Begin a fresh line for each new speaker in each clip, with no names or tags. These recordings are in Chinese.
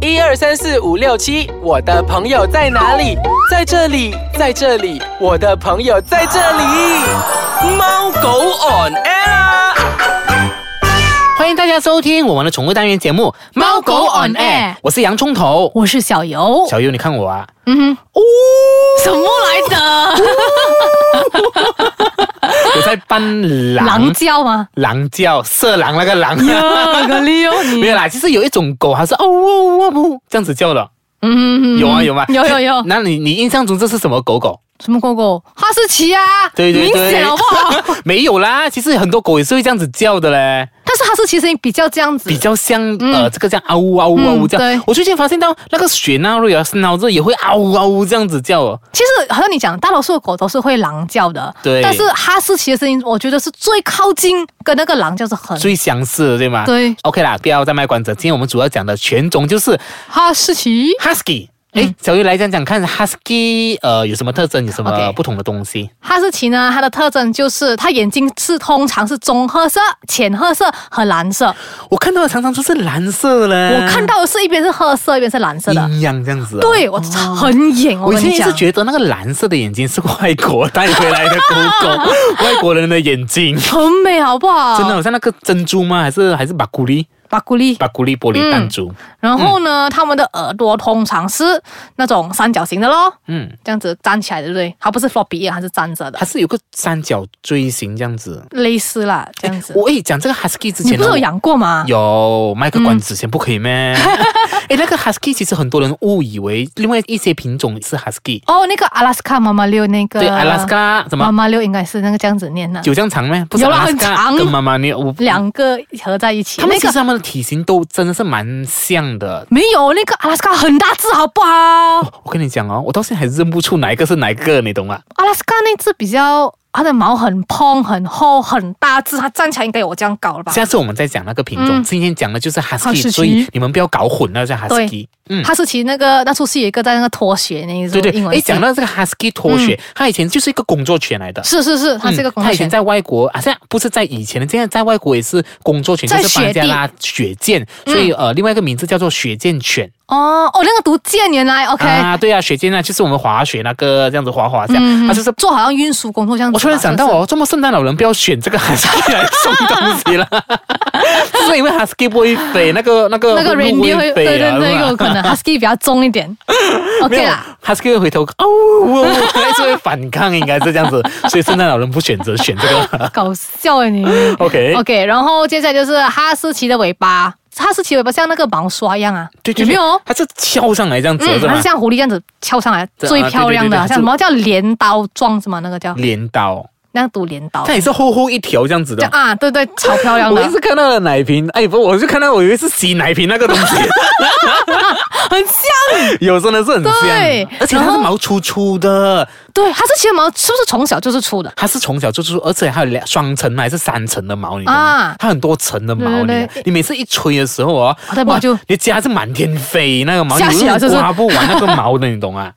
一二三四五六七，我的朋友在哪里？在这里，在这里，我的朋友在这里。
猫狗 on air 啊！
欢迎大家收听我们的宠物单元节目《
猫狗 on air
我是洋葱头。
我是小游，
小优，你看我啊，
嗯哼，什么来的？
我在扮
狼
狼
叫吗？嗯
狼叫，色狼那个狼。
呀，格里奥
没有啦，其实有一种狗，它是哦喔喔喔这样子叫的，
嗯，
有啊有吗？
有有有，
那你你印象中这是什么狗狗？
什么狗狗？哈士奇啊，
对对对，
明显好不 好？？
没有啦，其实很多狗也是会这样子叫的嘞，
但是哈士奇声音比较这样子，
比较像呃这个这样嗷呜嗷呜嗷呜
嗯
这样
对。
我最近发现到那个雪纳瑞啊、脑子也会嗷呜嗷呜这样子叫哦。
其实好像你讲，大多数的狗都是会狼叫的，
对
但是哈士奇的声音，我觉得是最靠近跟那个狼叫是很
最相似的，对吗？
对
，OK 啦，不要再卖关子。今天我们主要讲的犬种就是
哈士奇。
Husky。哎，
嗯
小鱼来讲讲看，Husky 呃有什么特征，有什么
OK
不同的东西？
哈士奇呢，它的特征就是它眼睛是通常是棕褐色、浅褐色和蓝色。
我看到的常常就是蓝色嘞，
我看到的是一边是褐色，一边是蓝色的。
阴阳这样子、哦。。
对，我很眼，我
我以
跟
前
你
一
讲
直。觉得那个蓝色的眼睛是外国带回来的狗 狗，外国人的眼睛，
很美，好不好？
真的，好像那个珍珠吗？还是还是巴古 利
巴古利。
巴古利玻璃弹珠？
然后呢，它们的耳朵通常是那种三角形的咯，
嗯
这样子粘起来，对不对？它不是 floppy，它是粘着的
它，是有个三角锥形这样子。
类似啦，这样子。
我诶，讲这个 Husky 之前
你
呢，
不是有养过吗？
有卖个关子，先不可以咩？
嗯
诶，那个 husky 其实很多人误以为另外一些品种是 husky，
哦，那个阿拉斯加妈妈六那个，
对，阿拉斯加什
啊妈
么
妈六应该是那个这样子念的，
有这样长咩？不是
有啦
阿拉斯加
很长
跟妈妈牛，我
两个合在一起。
他们
那
其实
个
他们的体型都真的是蛮像的。
没有，那个阿拉斯加很大只，好不好？
我跟你讲哦，我到现在还认不出哪一个是哪一个，你懂吗？
阿拉斯加那只比较，它的毛很蓬、很厚、很大只，它站起来应该有我这样高了吧？
下次我们再讲那个品种，
嗯
今天讲的就是 husky，
husky
所以你们不要搞混了，叫 husky
对。
嗯。
哈士奇那个那出戏有一个在那个拖鞋那一种
对对
英，文
诶，
戏，
讲到这个 husky 拖
嗯
鞋，它以前就是一个工作犬来的，
是是是，它是一个
嗯
公
他以
犬
前。在外国，啊，现在不是在以前的，现在在外国也是工作犬，就
在
是帮人
雪
家
地嗯
拉雪箭，所以呃，另外一个名字叫做雪箭犬
哦哦，那个毒箭原来 OK，、
啊，对啊，雪箭啊，就是我们滑雪那个这样子滑滑这样，
嗯
它就是。
做好像运输工作这样子吧。
我突然想到
是不是，
哦，这么圣诞老人不要选这个 husky 来送东西了， 就是因为 husky 不会飞，那个那个
那个
鹿
r e
不
i 会，对
飞
对
啊
对，
是吧
有可能 husky 比较重一 点
没
，OK
有
啦。
，husky 会回头哦，我一直会反抗，应该是这样子，所以圣诞老人不选择选这个
搞笑哎你。
，OK。
OK，然后接下来就是哈士奇的尾巴，哈士奇尾巴像那个毛刷一样啊，
对对
有没
对，
有？
它是翘上来这样折
嗯，
着
它
嘛
是，像狐狸这样子翘上来，
这
最
啊对
漂
对
亮
对
的，
对嗯
像
就
什么叫镰刀状是吗？那个叫
镰刀，
那读镰刀
它，也是厚厚一条这样子的
这样。啊，对对，超漂亮
我
的
一，直看到了奶瓶，哎，不，我就看到我以为是洗奶瓶那个东 西，
很像。
有真的是很像
对，
而且它
然
是
后
毛粗粗的，
对，哈士奇的毛是不是从小就是粗的？
它是从小就粗，而且还有两双层还是三层的毛，你懂吗
啊？
它很多层的毛，
对
你
对对
你每次一吹的时候哦
我的，毛就
你家是满天飞那个毛，
下
你
雪
永
了
远
是不是
刮不完那个毛的，你懂啊？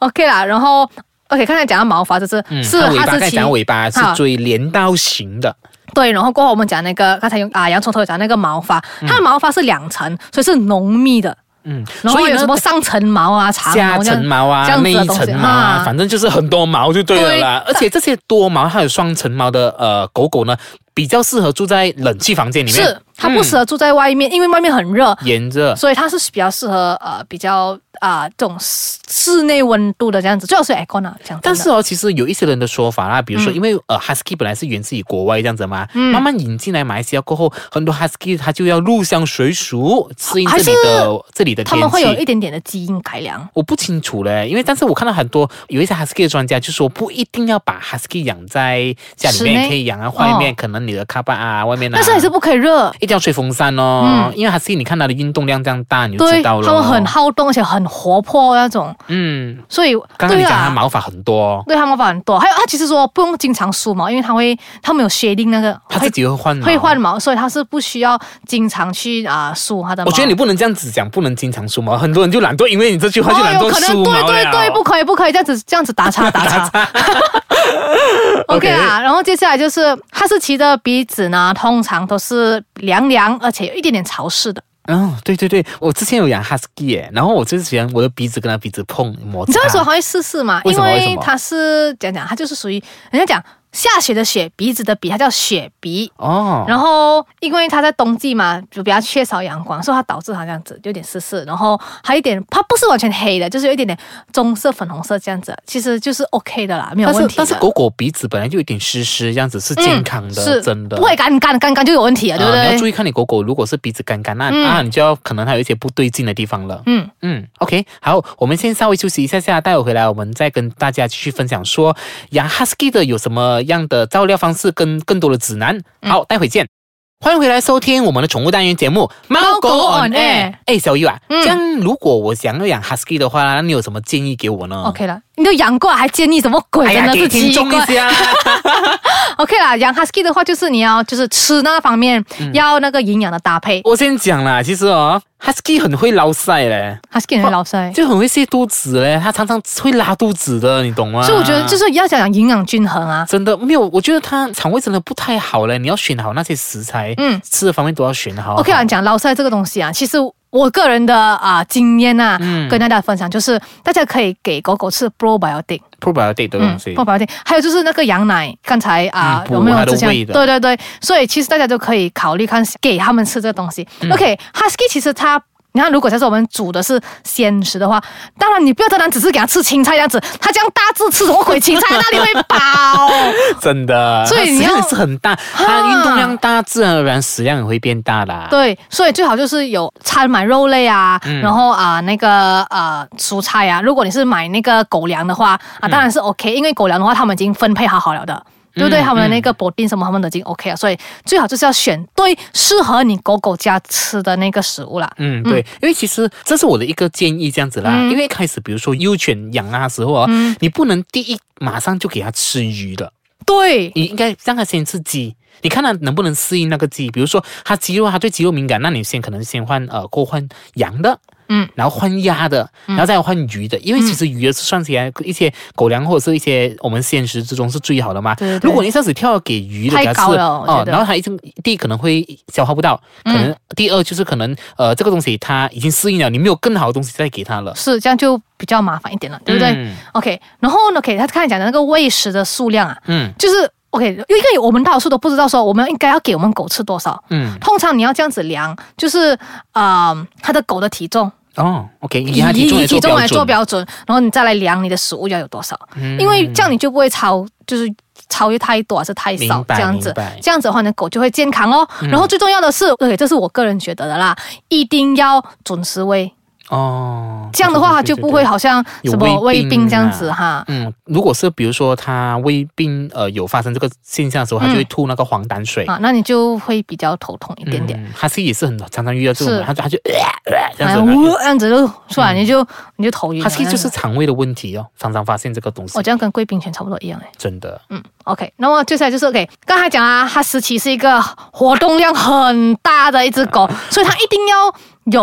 OK 啦，然后 OK，刚才讲到毛发，就是、
嗯，
是
它尾巴，
哈
刚才
士奇
讲尾巴是
好
最镰刀型的，
对，然后过后我们讲那个刚才用啊洋葱头有讲那个毛发，它的毛发是两层，所以是浓密的，
嗯，
然
所
后
以
有
呢
什么上层毛啊、长
下
毛这样
层毛啊
这，样
内
子的东西
层毛啊，
啊
反正就是很多毛就对了啦。而且这些多毛还有双层毛的呃狗狗呢，比较适合住在冷气房间里面，嗯
是它不适合住在外面，因为外面很热，
沿着。
所以它是比较适合呃比较啊、这种室室内温度的这样子，最好是 aircon 啊，讲真的
但是哦，其实有一些人的说法啦，比如说，
嗯
因为、呃，husky 本来是源自于国外这样子嘛，慢慢引进来马来西亚过后，很多 husky 它就要入乡随俗，适应这
还
里
是
的这里的
他
天
们会有
气
一。点点的基因改良。
我不清楚嘞，因为但是我看到很多有一些 husky 的专家就说，不一定要把 husky 养在家里
室
面，
内
可以养在啊外面，
哦
可能你的 c 巴啊，外面啊，
但是还是不可以热，
一定要吹风扇哦，因为哈士奇你看它的运动量这样大，你就知
对，
道
他
了。
们很好动，而且很活泼那种，
嗯，
所以
刚刚你
对
讲它
啊，
毛发很多，
对它毛发很多。还有它啊其实说不用经常梳毛，因为它会它们有薛定那个
它
会
自己会换毛。
啊会换。毛，所以它是不需要经常去啊梳它的毛。
我觉得你不能这样子讲，不能经常梳毛，很多人就懒惰，因为你这句话就
哦，
懒
有
惰
可能
梳毛
对
了。
对对，不可以不可以这样子这样子打 叉打叉。OK 啦，然后接啊下来就是哈士奇的鼻子呢，通常都是凉凉，而且有一点点潮湿的。
哦，对对对，我之前有养 husky 耶，然后我就是喜欢我的鼻子跟它鼻子碰摩擦。
你知道为什么还会试试吗？
为
因
什么为什
为
么
它是讲讲，它就是属于人家讲下雪的雪，鼻子的鼻，它叫雪鼻。
哦，
然后，因为它在冬季嘛，就比较缺少阳光，所以它导致它这样子有点湿湿，然后还有一点，它不是完全黑的，就是有一点点棕色、粉红色这样子，其实就是 OK 的啦，没有
但
问
是
题的
但是狗狗鼻子本来就有点湿湿，这样子是健康的，
嗯是
真的
不会干干干干就有问题嗯了，对嗯不
啊你要注
对？
意看你狗狗，如果是鼻子干干，那、啊，你就要可能它有一些不对劲的地方了。
嗯
嗯，OK，好，我们先稍微休息一下下，待会回来我们再跟大家继续分享说养 Husky 的有什么样的照料方式跟更多的指南。
嗯
好，待会见。欢迎回来收听我们的宠物单元节目《猫狗
狗
on
on
air
air》。
哎，小玉啊，
嗯
这样如果我想要养 Husky 的话，那你有什么建议给我呢
OK 了，你都养过了还建议什么鬼？啊
哎
真
呀，
的
给
是
听
奇
众一
怪。
下啦。
OK 啦，养 husky 的话，就是你要就是吃那方面、要那个营养的搭配。
我先讲啦，其实哦，Husky 很会捞晒嘞。
husky 很老塞，
就很会泻肚子嘞，它常常会拉肚子的，你懂吗？
所以我觉得就是要讲营养均衡啊。
真的没有，我觉得它肠胃真的不太好嘞，你要选好那些食材，
嗯
吃的方面都要选好。
OK 啦，你讲捞塞这个东西啊，其实我个人的啊、经验啊，
嗯
跟大家分享就是，大家可以给狗狗吃 probiotic，嗯
，probiotic 的东西，
，probiotic，还有就是那个羊奶，刚才啊
嗯，补
有没
它
有
的
之前
味？的
对对对，所以其实大家都可以考虑看给他们吃这东西。OK，husky
嗯
其实它。你看，如果假设我们煮的是鲜食的话，当然你不要单单只是给它吃青菜这样子，它这样大致吃什么鬼青菜，那里会饱？
真的，
所以
它
你
食量
要啊
也是很大，它运动量大，自然而然食量也会变大啦。
对，所以最好就是有掺买肉类啊，
嗯
然后啊、那个呃蔬菜啊。如果你是买那个狗粮的话啊，
嗯
当然是 OK，、因为狗粮的话他们已经分配好好了的。对不
嗯
对？他们的那个 protein 什么，他们都已经 OK 了，所以最好就是要选对适合你狗狗家吃的那个食物啦。
嗯，对，因为其实这是我的一个建议，这样子啦。
嗯
因为一开始比如说幼犬养它的时候啊，你不能第一马上就给它吃鱼的，
对，
你应该让它先吃鸡。你看它能不能适应那个鸡？比如说它鸡肉，它对鸡肉敏感，那你先可能先换呃，过换羊的，
嗯，
然后换鸭的，然后再换鱼的，因为其实鱼的是算起来一些狗粮或者是一些我们鲜食之中是最好的嘛。
对对对
如果你一下子跳给鱼的
太
给它吃，
高了我觉
哦，
得嗯
然后它一定第一可能会消化不到，可能第二就是可能呃这个东西它已经适应了，你没有更好的东西再给它了，
是这样就比较麻烦一点了，对不对、
嗯
o k 然后呢，OK，他刚才讲的那个喂食的数量啊，
嗯
就是 OK，因为我们大多数都不知道说我们应该要给我们狗吃多少，
嗯，
通常你要这样子量，就是呃，它的狗的体重，
哦，OK，以它体重来
体
做
重
标
来做
准，嗯
标准，然后你再来量你的食物要有多少，因为这样你就不会超，就是。超越太多还是太少
明？白
这样子
明白，嗯
这样子的话，你的狗就会健康哦。然后最重要的是，对，这是我个人觉得的啦，一定要准时喂，
哦，
这样的话它
对
就
对对
不
对
会好像
有
什么
胃
胃
病
病这样
啊
子哈。
嗯，如果是比如说他胃病呃有发生这个现象的时候，他就会吐那个黄胆水。
啊，那你就会比较头痛一点点。
嗯，他是也是很常常遇到这种
是
的，他就他就呃呃这
哎呀，
样子嗯
呜，这样子就出来，你就你就头晕
他
了。
他其实就
这
是
样子，
肠胃的问题哦，常常发现这个东西
我，这样跟贵宾犬差不多一样哎。
真的。
嗯，OK，那么接下来就是 OK，刚才讲啊，哈士奇是一个活动量很大的一只 狗，所以它一定要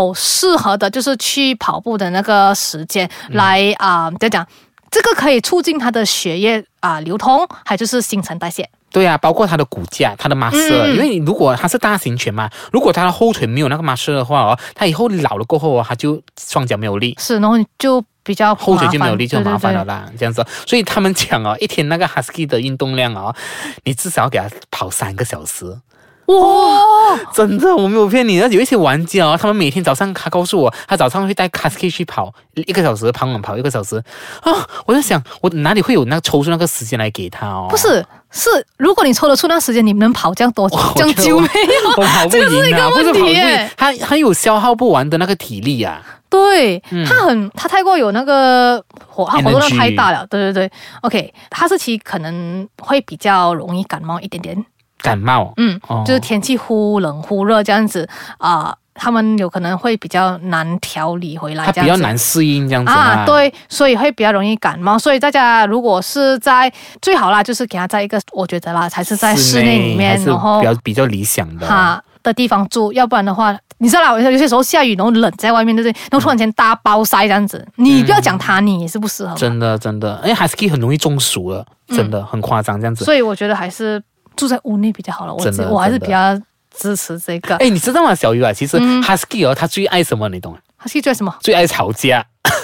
有适合的，就是去跑步的那个时间来
嗯
啊，再、讲这个可以促进它的血液啊、流通，还有就是新陈代谢。
对啊，包括它的骨架、它的 muscle，、
嗯
因为你如果它是大型犬嘛，如果它的后腿没有那个 muscle 的话哦，它以后老了过后哦，它就双脚没有力，
是，然后你就比较
后腿
麻
就没有力，
烦
就很麻烦了
对对对
啦。这样子哦，所以他们讲哦，一 天那个 husky 的运动量哦，你至少要给它跑三个小时。
哦哇，
真的，我没有骗你。那有一些玩家哦，他们每天早上，他告诉我，他早上会带 Casky 去跑一个小时，傍晚跑一个小时啊！我在想，我哪里会有那个抽出那个时间来给他哦？
不，是，是如果你抽得出那时间，你能跑这样多久
哇，
这样
我觉得
久
我
没有？
我跑不
这个是一
赢啊，
个
不是
问
跑不赢
题耶，
他他有消耗不完的那个体力啊。
对，它很它太过有那个活，它活动量
Energy
太大了。对对对，OK，哈士奇可能会比较容易感冒一点点，
感冒，
嗯，
哦
就是天气忽冷忽热这样子啊，他、们有可能会比较难调理回来
他
这
比
样
较
子。
难适应这样子
啊，。对，所以会比较容易感冒，所以大家如果是在最好啦，就是给它在一个，我觉得啦，还是在室内里
还
面，
是
然后
比较比较理想的。
哈的地方住，要不然的话，你知道啦，有些时候下雨，然后冷在外面，对不对？然后突然间大包塞这样子，你不要讲它，你也是不哦适合嘛。
嗯真的真的，哎，Husky 很容易中暑啊
嗯
了，真的、很夸张这样子。
所以我觉得还是住在屋内比较好了。我
真的
自我还是
真的
比较支持这个。
哎，你知道吗，小鱼啊，其实
嗯
husky 哦，它最爱什么，你懂吗？
他是叫什么？
最爱吵架。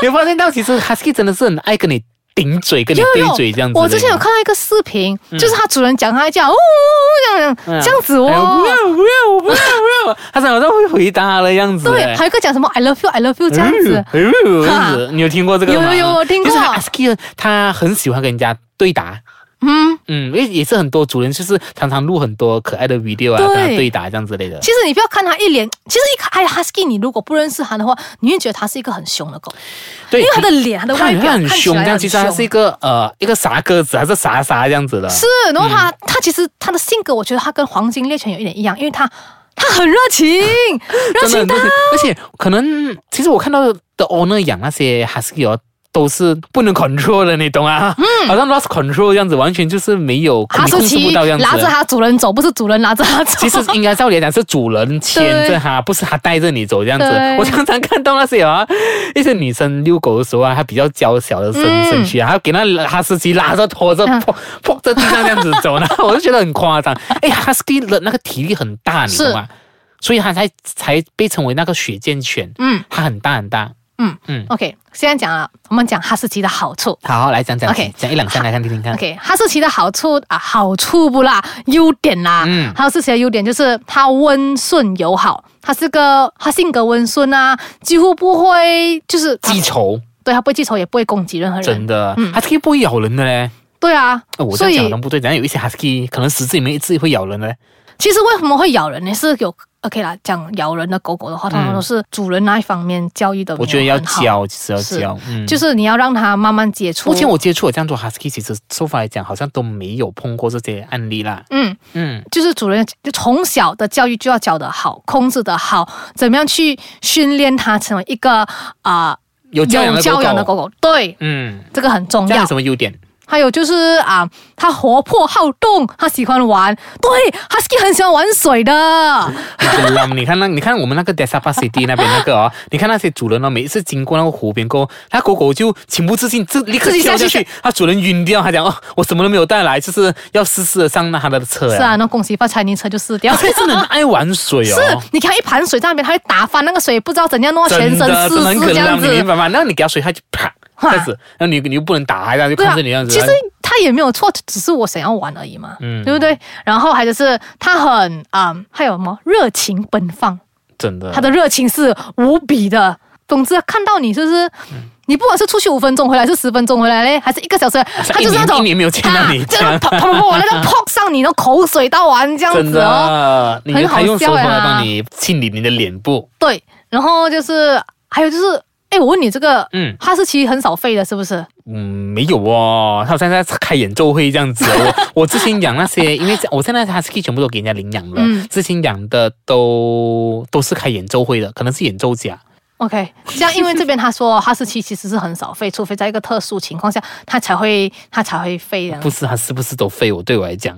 你有发现到，其实 husky 真的是很爱跟你顶嘴，跟你对嘴这样子的。啊
我之前有看到一个视频，就是他主人讲他叫呜哦这样
嗯
这样子
哎我不要
哦。
我不要我不要我不要， 他好像会回答的样子。
对，
哎
还有一个讲什么 “I love you, I love you” 这样子，
哎呦哎呦这样子，你有听过这个吗？
有有有我听过
就是 Aski，他很喜欢跟人家对答。
嗯，
嗯，因为也是很多主人就是常常录很多可爱的 video 啊，
对
跟他对答这样之类的。
其实你不要看它一脸，其实一看哎 husky，你如果不认识它的话，你会觉得它是一个很凶的狗，
对，
因为它的脸、它的
哎他
外
很
表
很
看起
凶，
来
这样
很
其实他是一
凶。
个呃一个傻鸽子还是傻傻这样子的。
是，然后
嗯
它它其实它的性格，我觉得它跟黄金猎犬有一点一样，因为它它很热情，热
真的
情
很
到
多，而且可能其实我看到的 owner 养那些 husky 哦，都是不能 control 的，你懂啊？嗯，好像 lost control 这样子，完全就是没有
哈
你
士
控制
奇
不到这样子。
拿着它主人走，不是主人拿着它走。
其实应该照理来讲是主人牵着它，不是它带着你走这样子
对。
我常常看到那些啊，一些女生遛狗的时候啊，她比较娇小的身
嗯
身躯啊，还给那哈士奇拉着拖着
嗯
扑扑着地上这样子走，然后我就觉得很夸张。哎，哈士奇的那个体力很大，你
是
懂吗？所以它才才被称为那个雪见犬，
嗯
它很大很大。
嗯
嗯，
，OK，现在讲了，我们讲哈士奇的好处。
好，来讲讲
OK
讲一两三来看听听看。
OK，哈士奇的好处啊，好处不啦，优点啦。
嗯
嗯，哈士奇的优点就是它温顺友好，它是个它性格温顺啊，几乎不会就是啊
记仇，
对它不会记仇，也不会攻击任何人。
真的
嗯，
哈士奇不会咬人的嘞。
对啊，
哦我这
所
样讲
以
好像不对，然后有一些哈士奇可能十只里面一只会咬人的嘞。
其实为什么会咬人呢？是有 OK 啦，讲咬人的狗狗的话，通常都是主人那一方面教育的，
嗯我觉得要。教，其实要
是
教，嗯，。
就是是你要让它慢慢接触，
目前我接触的这样做 husky，其实说法来讲，好像都没有碰过这些案例啦。
嗯，
嗯，
就是主人就从小的教育就要教得好，控制得好，怎么样去训练它成为一个啊、
有教养
有
的
教养的
狗狗，
狗狗。对，
嗯，
这个很重
这样有
要
什。么优点？
还有就是啊，它活泼好动，它喜欢玩。对，Husky 很喜欢玩水的。
很浪你看那，你看我们那个 Desapa City 那边那个哦，你看那些主人哦，每一次经过那个湖边过后，那狗狗就情不自禁自立刻
自己
跳
下
下
去
去，它主人晕掉，它讲哦，我什么都没有带来，就是要试试上那它的车
是
呀。
啊，那恭喜发财，你车就撕掉
它。真的很爱玩水哦。
是，你看一盘水在那边，它会打翻那个水，不知道怎样弄，哦到全
真
身
的
湿
真的很
湿
可
这样
怜，你明
子。
白吗？然后你给它水，它就啪这
哇
样子，然后你你又不能打它，这样就
对
看
啊
着你这样，子。哎
其实它也没有错，只是我想要玩而已嘛，
嗯
对不对？然后还有就是它很啊、嗯还有什么热情奔放，
真的，
他的热情是无比的。总之，看到你就是，你不管是出去五分钟回来是十分钟回来嘞，还是一个小时，他就是那
一
种
年一年没有见到你
啊
这
就
样
是啪啪啪啪，那个泼上你的口水到完这样
真
子哦。
的，你
很好
还用手
笑
回
呀
来帮你清理你的脸部，
对，然后就是还有就是，哎，我问你这个，
嗯
嗯，哈士奇很少吠的，是不是？
嗯，没有哦，他好像在开演奏会这样子。哦我我之前养那些，因为我现在 husky 全部都给人家领养了，
嗯
之前养的都都是开演奏会的，可能是演奏家。
OK，这样因为这边他说哈士奇其实是很少吠，除非在一个特殊情况下，它才会它才会吠的。
不是他是不是都废我？对我来 讲。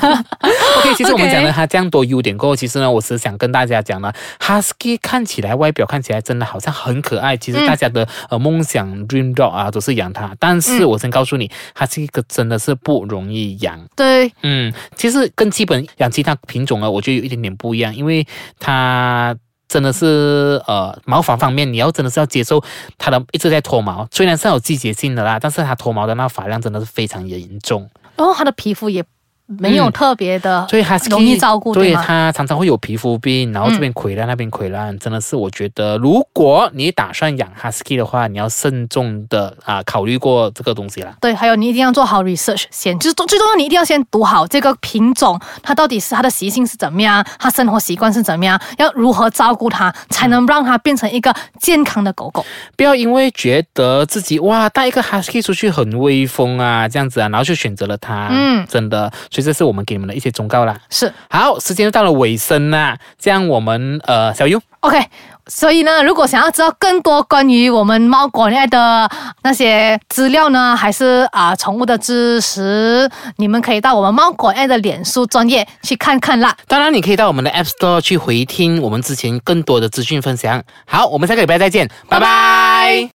OK，其实我们
OK
讲了他这样多优点过后，其实呢，我只想跟大家讲呢，Husky 看起来外表看起来真的好像很可爱，其实
嗯
大家的、呃梦想 dream dog 啊都是养它，但是
嗯
我先告诉你，它是一个真的是不容易养。
对，
嗯，其实跟基本养其他品种啊，我觉得有一点点不一样，因为它真的是呃毛发方面，你要真的是要接受它的一直在脱毛，虽然是有季节性的啦，但是它脱毛的那发量真的是非常严重，
然后它的皮肤也没有
嗯
特别的
所以它是
容易照顾，
对
对吗？嗯
它常常会有皮肤病，然后这边溃烂、那边溃烂，真的是我觉得，如果你打算养 husky 的话，你要慎重的啊、考虑过这个东西啦。
对，还有你一定要做好 research 先，就是最重要，你一定要先读好这个品种，它到底是它的习性是怎么样，它生活习惯是怎么样，要如何照顾它，才能让它变成一个健康的狗狗。
不要因为觉得自己哇带一个 husky 出去很威风啊，这样子啊，然后就选择了它。
嗯
真的，所以这是我们给你们的一些忠告啦。
是
好，时间就到了尾声啦，这样我们呃小优
OK，所以呢，如果想要知道更多关于我们猫国内的那些资料呢，还是啊、宠物的知识，你们可以到我们猫国内的脸书专业去看看啦。
当然，你可以到我们的 App Store 去回听我们之前更多的资讯分享。好，我们下个礼拜再见，拜拜。